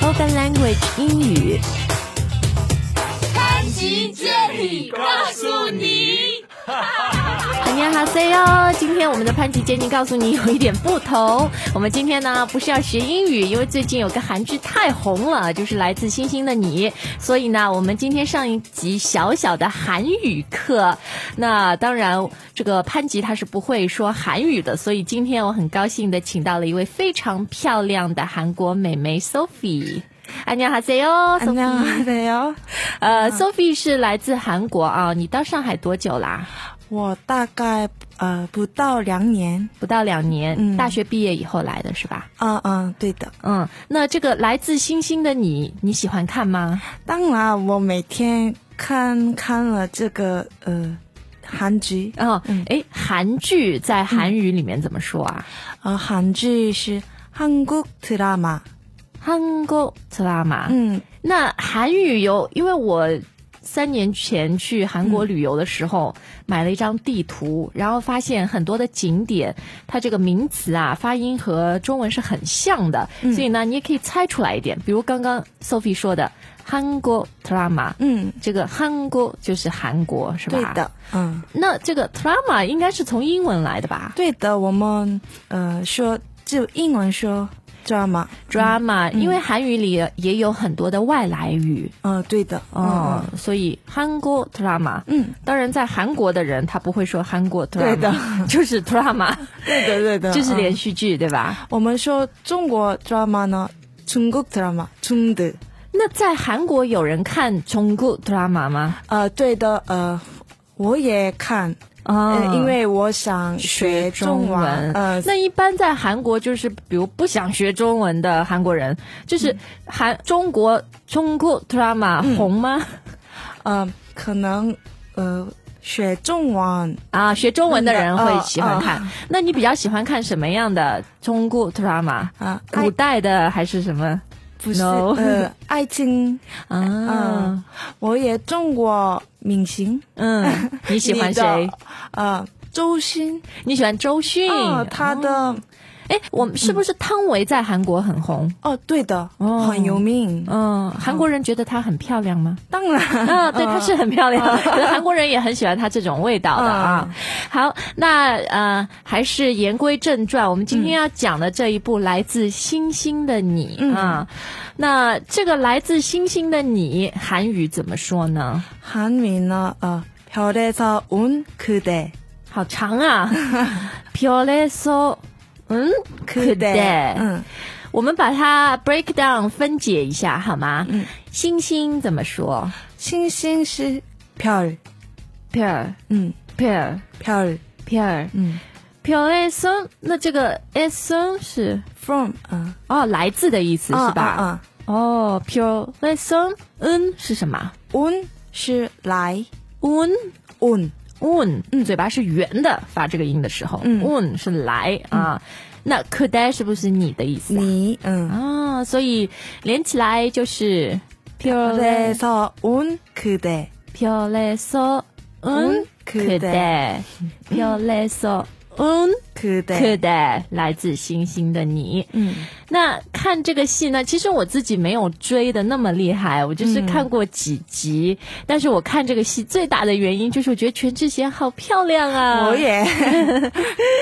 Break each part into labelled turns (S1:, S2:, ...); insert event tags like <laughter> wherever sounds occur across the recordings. S1: Modern Language 英语。
S2: 潘吉这里
S3: 啊
S2: 告诉你，
S1: 안녕하세요。今哦天我们的潘吉杰尼告诉你有一点不同。我们今天呢不是要学英语，因为最近有个韩剧太红了，就是来自星星的你。所以呢，我们今天上一集小小的韩语课。那当然，这个潘吉他是不会说韩语的，所以今天我很高兴的请到了一位非常漂亮的韩国美眉 Sophie。안啊녕하세요，
S3: 안녕하세요。
S1: 哦呃，Sophie 是来自韩国啊，你到上海多久啦？
S3: 我大概呃不到两年，
S1: 不到两年，
S3: 嗯
S1: 大学毕业以后来的是吧？
S3: 嗯嗯，对的。
S1: 嗯，那这个来自星星的你，你喜欢看吗？
S3: 当然，我每天看看了这个呃韩剧，
S1: 哦
S3: 嗯，
S1: 哎、韩剧在韩语里面怎么说啊？
S3: 呃韩剧是韩国 drama，
S1: 韩国드라마。
S3: 嗯
S1: 那韩语有，因为我三年前去韩国旅游的时候，
S3: 嗯
S1: 买了一张地图，然后发现很多的景点，它这个名词啊，发音和中文是很像的，
S3: 嗯
S1: 所以呢，你也可以猜出来一点。比如刚刚 Sophie 说的韩国 drama，
S3: 嗯，
S1: 这个韩国就是韩国是吧？
S3: 对。的，嗯
S1: 那这个 drama 应该是从英文来的吧
S3: 对的。我们呃说就英文说 drama，
S1: ？drama，、因为韩语里也有很多的外来语。
S3: 嗯对的，
S1: 哦
S3: 嗯，
S1: 所以韩国 drama，
S3: 嗯，
S1: 当然在韩国的人他不会说韩国 drama，
S3: 对的，
S1: <laughs> 就是 drama，
S3: 对的对的，
S1: 就是连
S3: 嗯
S1: 续剧，对吧？
S3: 我们说中国 drama 呢，中国 drama，中的。
S1: 那在韩国有人看中国 drama 吗？
S3: 呃，对的，呃，我也看，
S1: 啊
S3: 呃，因为我想学
S1: 中文，
S3: 呃，
S1: 那一般在韩国就是，比如不想学中文的韩国人，就是
S3: 嗯
S1: 韩、中国中国 drama 红吗？
S3: 呃，可能呃学中文，
S1: 啊，学中文的人会喜欢
S3: 嗯
S1: 看。那你比较喜欢看什么样的中国 drama？
S3: 啊爱
S1: 古代的还是什么？
S3: 不是
S1: No
S3: 呃爱情，
S1: 啊
S3: 嗯，我也中国明星， <laughs>
S1: 嗯，你喜欢谁
S3: 你的？？呃，周迅，
S1: 你喜欢周迅？
S3: 哦，他的
S1: 哎，我们是不是汤唯在韩国很红？
S3: 哦，对的，
S1: 哦
S3: 很有名，
S1: 嗯，韩国人觉得她很漂亮吗？
S3: 当然，
S1: <laughs> 啊，对，她是很漂亮，可能韩国人也很喜欢她这种味道的啊。好，那呃，还是言归正传，我们今天要讲的这一部《来自星星的你》啊，那这个《来自星星的你》韩语怎么说呢？
S3: 韩语呢，呃，별에서온그대，
S1: 好长 <laughs> 啊，별에서嗯，
S3: 그대，嗯，
S1: 我们把它 break down 分解一下好吗？嗯，星星怎么说？
S3: 星星是별，
S1: 별
S3: 嗯，
S1: 별
S3: 별，
S1: 별
S3: 嗯。
S1: 별 a 선，那这个 a 선是
S3: from uh, 啊，
S1: 哦来自的意思
S3: 아,
S1: 是吧？
S3: 啊
S1: 哦，별 a 선，嗯是什么
S3: ，on 是来嗯
S1: ？un
S3: on，
S1: un，嘴嗯巴是圆的，发这个音的时候
S3: 嗯
S1: ，un 是来啊。那 k u d 是不是你的意思啊？
S3: 你嗯，
S1: 啊，所以连起来就是별
S3: 그래
S1: a
S3: 서 on 그대
S1: 별에서
S3: 嗯
S1: 은그대별에서은
S3: 그대
S1: 嗯可待，来自星星的你。
S3: 嗯，
S1: 那看这个戏呢，其实我自己没有追的那么厉害，我
S3: 嗯
S1: 就是看过几集。但是我看这个戏最大的原因就是，我觉得全智贤好漂亮啊！
S3: 我，也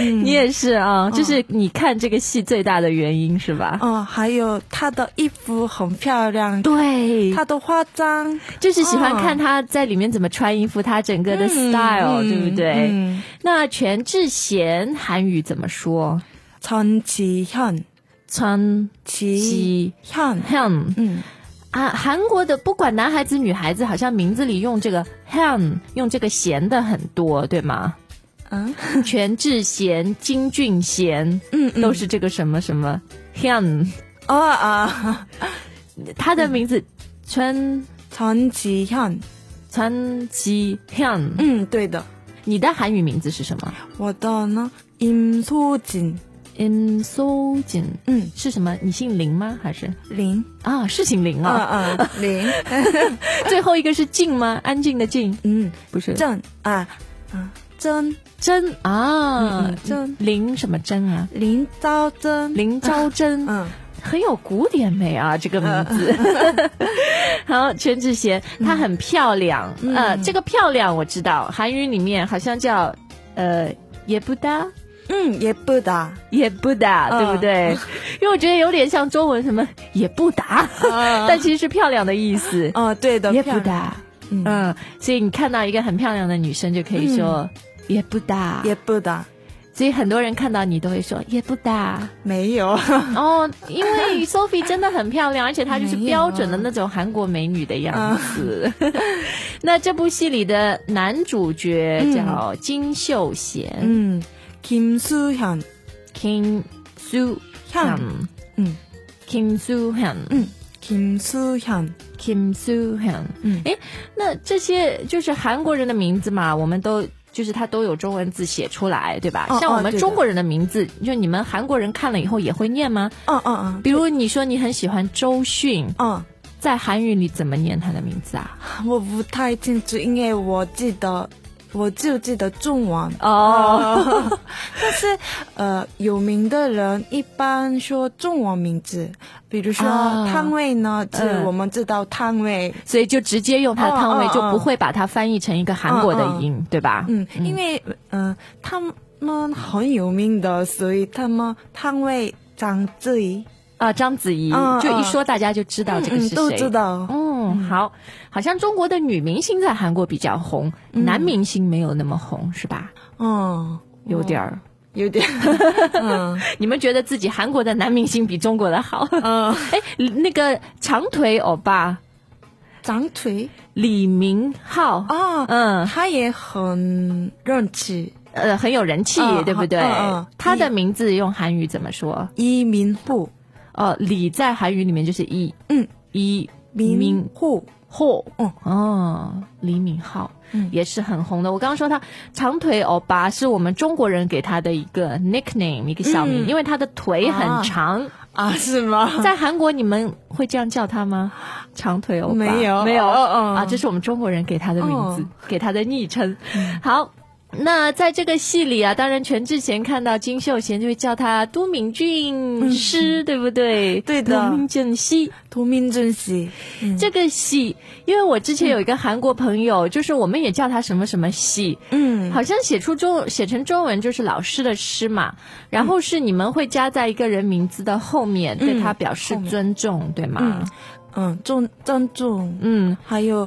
S3: 嗯
S1: 你也是啊，就是你看这个戏最大的原因是吧？
S3: 哦，还有她的衣服很漂亮，
S1: 对，
S3: 她的化妆
S1: 就是喜欢看她在里面怎么穿衣服，她整个的 style，、
S3: 嗯嗯
S1: 对不对？
S3: 嗯，
S1: 那全智贤韩语怎么说？
S3: 전지현
S1: 穿
S3: 지
S1: 基
S3: 현
S1: 汉。
S3: 嗯
S1: 啊，韩国的不管男孩子女孩子，好像名字里用这个 han 用这个贤的很多，对吗？
S3: 嗯
S1: 全智贤、金俊贤
S3: 嗯嗯
S1: 都是这个什么什么 han，
S3: 哦啊，
S1: 他的名字川
S3: <laughs> 전지현 음,
S1: 川基 han。
S3: 嗯，对的，
S1: 你的韩语名字是什么？
S3: 我的呢，임소진 음,
S1: 嗯，搜锦
S3: 嗯
S1: 是什么？你姓林吗？还是
S3: 林
S1: 啊，是姓
S3: 아.
S1: 林啊？
S3: 啊啊林
S1: 最后一个是静吗？安静的静
S3: 嗯。
S1: 不是
S3: 正啊，嗯，真
S1: 真啊
S3: 嗯嗯，真
S1: 林什么真啊？
S3: 林昭真，
S1: 林昭真。
S3: 嗯
S1: 很有古典美啊，这个名字。 <laughs> 好，全智贤，她很漂亮。呃，这个漂亮我知道，韩语里面好像叫呃也不搭。
S3: 嗯，也不打，
S1: 也不打，
S3: 嗯
S1: 对不对？ <laughs> 因为我觉得有点像中文什么也不打，
S3: 嗯
S1: 但其实是漂亮的意思，
S3: 哦，对的，
S1: 也不
S3: 漂亮，
S1: 打。嗯，所以你看到一个很漂亮的女生，就可以说嗯也不打。
S3: 也不打，
S1: 所以很多人看到你都会说也不打。
S3: 没有，
S1: 哦，因为 Sophie 真的很漂亮，而且她就是
S3: 没有
S1: 标准的那种韩国美女的样子。 <laughs> 那这部戏里的男主角叫金秀贤、
S3: 嗯，金素현
S1: ，Kim Soo
S3: 현嗯
S1: Hyun，Kim Soo Hyun，Kim
S3: 嗯，金素현
S1: ，Kim Soo Hyun。
S3: 嗯
S1: 哎，那这些就是韩国人的名字嘛，我们都。就是他都有中文字写出来，对吧？
S3: 哦
S1: 像我
S3: 哦
S1: 们
S3: 对的
S1: 中国人的名字，就你们韩国人看了以后也会念吗？
S3: 哦哦哦
S1: 比如你说你很喜欢周迅，
S3: 哦，
S1: 在韩语里怎么念他的名字啊？
S3: 我不太清楚，因为我记得，我就记得中文。
S1: 哦，
S3: 哦， <laughs> 但是呃，有名的人一般说中文名字，比如说
S1: 啊
S3: 汤唯呢，是
S1: 嗯
S3: 我们知道汤唯，
S1: 所以就直接用他的汤唯，
S3: 哦哦哦
S1: 就不会把它翻译成一个韩国的音，对吧？
S3: 嗯，因为嗯、呃他们很有名的，所以他们汤唯、章子怡，
S1: 啊，章子怡
S3: 嗯嗯
S1: 就一说大家就知道哦这个是
S3: 嗯，都知
S1: 谁。
S3: 道。
S1: 哦，好，好像中国的女明星在韩国比较红，男明星没有那么红，是吧？
S3: 嗯，
S1: 有点儿，
S3: 有
S1: <laughs>
S3: 点，嗯
S1: 你们觉得自己韩国的男明星比中国的好？ <laughs>
S3: 嗯，
S1: 哎，那个长腿欧巴
S3: 长腿
S1: 李明浩，
S3: 啊，
S1: 嗯，
S3: 他也很认识
S1: 呃，很有人气，
S3: 嗯
S1: 对不对
S3: 嗯嗯？
S1: 他的名字用韩语怎么说？
S3: 移民户，
S1: 哦，李在韩语里面就是一，
S3: 嗯，
S1: 一
S3: 民户，
S1: 后，
S3: 嗯
S1: 哦，李敏镐，
S3: 嗯
S1: 也是很红的。我刚刚说他长腿欧巴是我们中国人给他的一个 nickname，一个小名，
S3: 嗯
S1: 因为他的腿很长。
S3: 啊，是吗？
S1: 在韩国你们会这样叫他吗？长腿欧巴
S3: 没有
S1: 没有、
S3: 哦哦
S1: 啊，这是我们中国人给他的名字，
S3: 哦嗯
S1: 给他的昵称。好。那在这个戏里啊，当然全智贤看到金秀贤就会叫他都敏俊师，对不对？
S3: 嗯对的
S1: 都敏俊熙。
S3: 涂明正熙，
S1: 这个喜，因为我之前有一个韩国朋友，就是我们也叫他什么什么喜，
S3: 嗯，
S1: 好像写出中写成中文就是老师的师嘛，然后是你们会加在一个人名字的后面，对他表示尊重，对吗？
S3: 嗯，尊尊重，
S1: 嗯
S3: 还有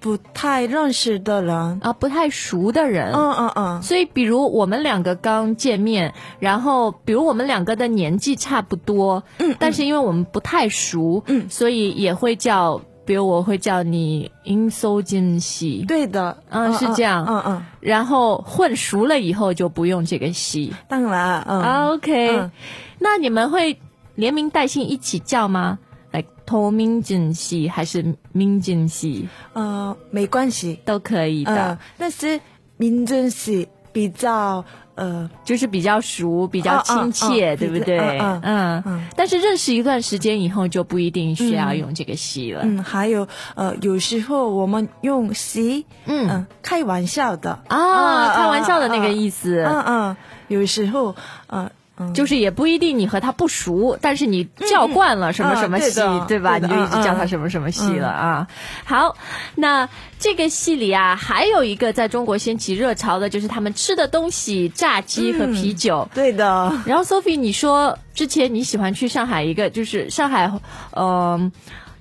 S3: 不太认识的人，
S1: 啊，不太熟的人。
S3: 嗯嗯嗯，
S1: 所以，比如我们两个刚见面，然后比如我们两个的年纪差不多，
S3: 嗯，
S1: 但是因为我们不太熟，
S3: 嗯
S1: 所以也会叫，比如我会叫你 In So Jin 喜，
S3: 对的，
S1: 嗯是这样
S3: 嗯嗯，
S1: 然后混熟了以后就不用这个西。
S3: 当然，嗯，
S1: OK，、
S3: 嗯
S1: 那你们会连名带姓一起叫吗？like 头明俊熙还是明俊熙
S3: 呃，没关系，
S1: 都可以的，
S3: 嗯，但是明正熙比较，呃，
S1: 就是比较熟、比较亲切，
S3: 嗯嗯嗯
S1: 对不对？
S3: 嗯嗯
S1: 嗯
S3: 嗯
S1: 但是认识一段时间以后就不一定需要用这个西了。
S3: 嗯，还有，呃，有时候我们用“喜”，
S1: 嗯
S3: 嗯，开玩笑的，
S1: 啊，
S3: 嗯
S1: 开玩笑的那个意思。
S3: 嗯嗯，有时候，呃，嗯，
S1: 就是也不一定你和他不熟，但是你叫惯了什么什么戏，
S3: 嗯嗯对的嗯
S1: 对吧？
S3: 对
S1: 你
S3: 的
S1: 就一直叫他什么什么戏了啊。好，那这个戏里啊，还有一个在中国掀起热潮的，就是他们吃的东西，炸鸡
S3: 嗯
S1: 和啤酒。
S3: 对的，
S1: 然后 Sophie，你说之前你喜欢去上海一个，就是上海，嗯、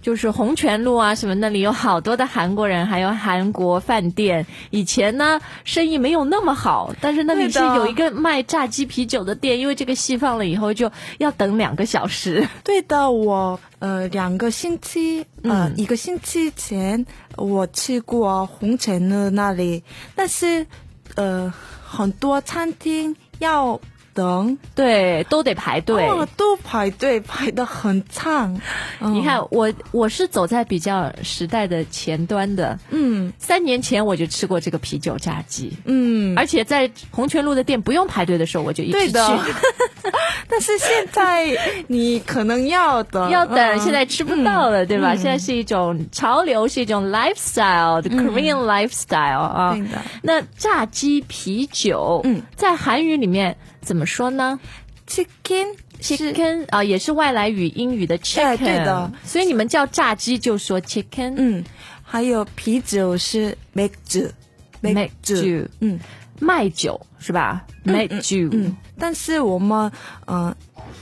S1: 就是红泉路啊什么那里有好多的韩国人，还有韩国饭店。以前呢生意没有那么好，但是那里是
S3: 对的
S1: 有一个卖炸鸡啤酒的店，因为这个戏放了以后就要等两个小时。
S3: 对的，我呃两个星期呃、
S1: 嗯
S3: 一个星期前我去过红城的那里，但是呃很多餐厅要等，
S1: 对，都得排队。
S3: 哦都排队排的很
S1: <laughs>
S3: 长。嗯
S1: 你，看我，我是走在比较时代的前端的。
S3: 嗯
S1: 三年前我就吃过这个啤酒炸鸡，
S3: 嗯，
S1: 而且在红泉路的店不用排队的时候，我就一直
S3: 对
S1: 去。
S3: 的。 <laughs> 但是现在你可能要等，
S1: 要等，
S3: 嗯
S1: 现在吃不到了，对吧？现在是一种潮流，是一种 lifestyle，the Korean lifestyle 啊
S3: 嗯对的。
S1: 那炸鸡啤酒，
S3: 嗯
S1: 在韩语里面怎么说呢
S3: ，chicken 是
S1: chicken 啊、也是外来语英语的 chicken，
S3: 对对的，
S1: 所以你们叫炸鸡就说 chicken，
S3: 嗯，还有啤酒是 make 酒
S1: 맥
S3: ，make
S1: 주
S3: 酒，嗯
S1: 卖酒是吧？卖酒，
S3: 嗯，但是我们嗯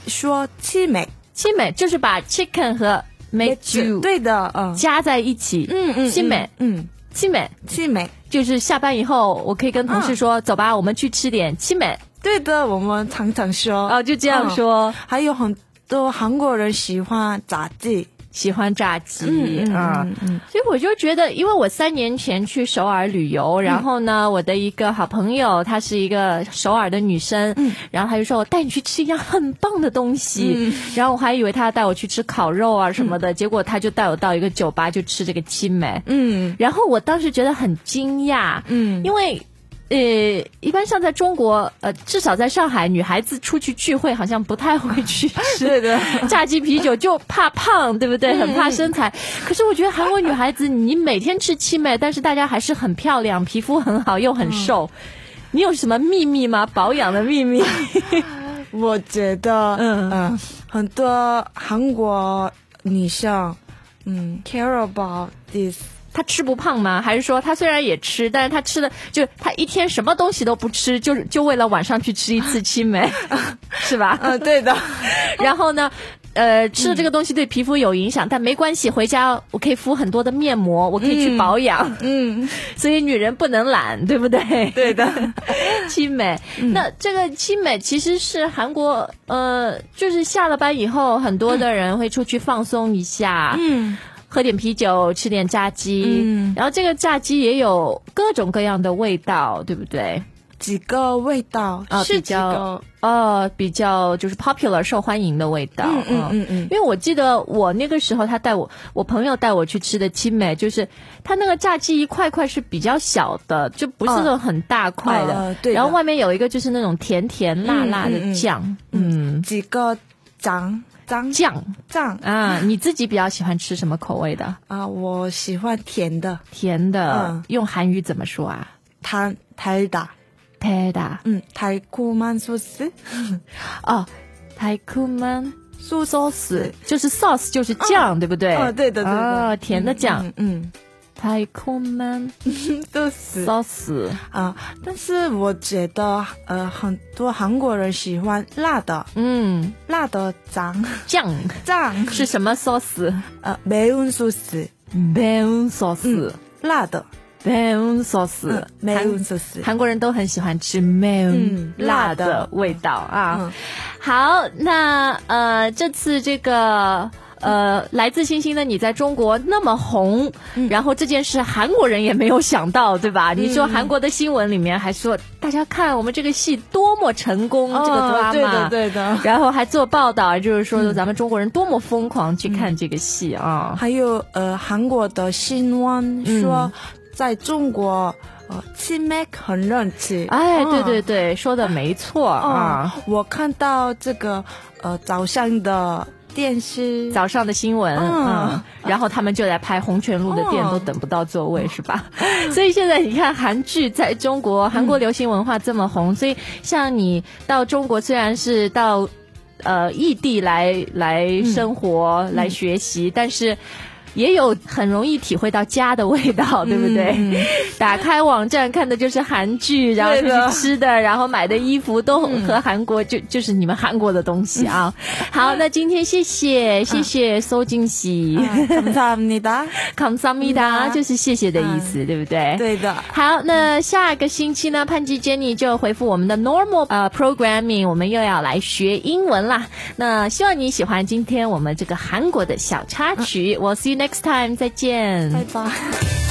S3: 说七美
S1: 西美就是把 chicken 和卖酒
S3: 对的，嗯
S1: 加在一起，
S3: 嗯嗯，
S1: 西美
S3: 嗯，
S1: 西美
S3: 七美，
S1: 就是下班以后，我可以跟
S3: 啊
S1: 同事说，走吧，我们去吃点西美，
S3: 对的，我们常常说嗯
S1: 哦，就这样说，
S3: 还有很多韩国人喜欢炸鸡，
S1: 喜欢炸鸡，
S3: 嗯
S1: 啊
S3: 嗯嗯，
S1: 所以我就觉得，因为我三年前去首尔旅游，然后呢，我的一个好朋友，她是一个首尔的女生，然后她就说我带你去吃一样很棒的东西，然后我还以为她要带我去吃烤肉啊什么的，结果她就带我到一个酒吧就吃这个青梅，
S3: 嗯
S1: 然后我当时觉得很惊讶，
S3: 嗯
S1: 因为。呃，一般像在中国，呃，至少在上海，女孩子出去聚会好像不太会
S3: <laughs>
S1: 去吃
S3: 对的嗯
S1: 炸鸡啤酒，就怕胖，对不对？很怕身材。可是我觉得韩国女孩子，你每天吃七美，但是大家还是很漂亮，皮肤很好，又
S3: 嗯
S1: 很瘦。你有什么秘密吗？保养的秘密？ <laughs>
S3: 我觉得，
S1: 嗯
S3: 嗯、很多韩国女生，嗯，care about this，
S1: 她吃不胖吗？还是说她虽然也吃，但是她吃的就她一天什么东西都不吃，就是就为了晚上去吃一次七美， <laughs> 是吧？
S3: <laughs> 嗯、对的， <laughs>
S1: 然后呢，呃，吃了这个东西对皮肤有影响，但没关系，回家我可以敷很多的面膜，我可以去保养。
S3: 嗯，
S1: <laughs> 所以女人不能懒，对不 <laughs>
S3: <laughs>
S1: 对？
S3: 对的，
S1: 七美，
S3: 嗯
S1: 那这个七美其实是韩国，呃，就是下了班以后，很多的人会出去放松一下，
S3: 嗯，
S1: 喝点啤酒，吃点炸鸡，
S3: 嗯
S1: 然后这个炸鸡也有各种各样的味道，对不对？
S3: 几个味道、
S1: 啊，
S3: 是
S1: 比
S3: 几个，
S1: 较呃比较就是 popular 受欢迎的味道，
S3: 嗯嗯嗯嗯
S1: 因为我记得我那个时候，他带我，我朋友带我去吃的青梅，就是他那个炸鸡一块块是比较小的，就不是那种很大块的，
S3: 嗯呃对的嗯
S1: 然后外面有一个就是那种甜甜辣辣的酱，嗯，
S3: 几个长长
S1: 酱
S3: 长
S1: 啊，你自己比较喜欢吃什么口味的？ <laughs>
S3: 啊，我喜欢甜的，
S1: 甜的，
S3: 嗯
S1: 用韩语怎么说啊？
S3: 단 달다，
S1: 달다
S3: 음, 달콤한 소스,
S1: 哦，달콤한
S3: 소소스.
S1: 就是 sauce 就是酱，对不对？
S3: 哦对的对的嗯
S1: 哦，甜的酱。
S3: 음, 음,
S1: 달콤한
S3: 소스.
S1: 소스，
S3: 嗯啊，但是我觉得，呃，很多韩国人喜欢辣的，
S1: 嗯，
S3: 辣的
S1: <laughs>
S3: 酱
S1: 酱
S3: 酱，
S1: 是什么 sauce？
S3: 呃，매운 소스，
S1: 매운 소스，
S3: 辣的，
S1: 매운 소스，
S3: 嗯매운
S1: 韩
S3: 소스
S1: 韩国人都很喜欢吃 매운
S3: 嗯
S1: 辣
S3: 辣的
S1: 的味道啊
S3: 嗯。
S1: 好，那呃，这次这个。呃，来自星星的你在中国那么红，
S3: 嗯
S1: 然后这件事韩国人也没有想到，对吧？你说韩国的新闻里面还说，大家看我们这个戏多么成功，这个 drama，
S3: 哦对嗯的，对的。
S1: 然后还做报道，就是说咱们中国人多么疯狂去
S3: 嗯
S1: 看这个戏啊！
S3: 还有，呃，韩国的新闻
S1: 嗯
S3: 说，在中国，呃，七妹很热情。
S1: 哎，对对
S3: 对。
S1: 对，说的没错啊！
S3: 啊，我看到这个，呃，早上的电视，
S1: 早上的新闻，
S3: 嗯
S1: 嗯，然后他们就来拍红泉路的店
S3: 哦
S1: 都等不到座位，是吧？ <laughs> 所以现在你看韩剧在中国，
S3: 嗯
S1: 韩国流行文化这么红，所以像你到中国虽然是到呃异地来来生活、
S3: 嗯
S1: 来学习，但是。也有很容易体会到家的味道，对不对？ <laughs> 打开网站看的就是韩剧，然后就
S3: 嗯对的
S1: 是吃的，然后买的衣服都
S3: 嗯
S1: 和韩国、就就是你们韩国的东西啊。好，那今天谢
S3: 嗯
S1: 谢谢谢搜金喜，
S3: <laughs> 감사합니다。
S1: <laughs> 康萨米达
S3: 嗯
S1: 就是谢谢的意思，对不对？。
S3: 对的。
S1: 好，那下个星期呢，潘吉 Jenny 就回复我们的 normal 呃 programming，我们又要来学英文啦。那希望你喜欢
S3: 嗯
S1: 今天我们这个韩国的小插曲。我 see you next time，再见。
S3: 拜拜。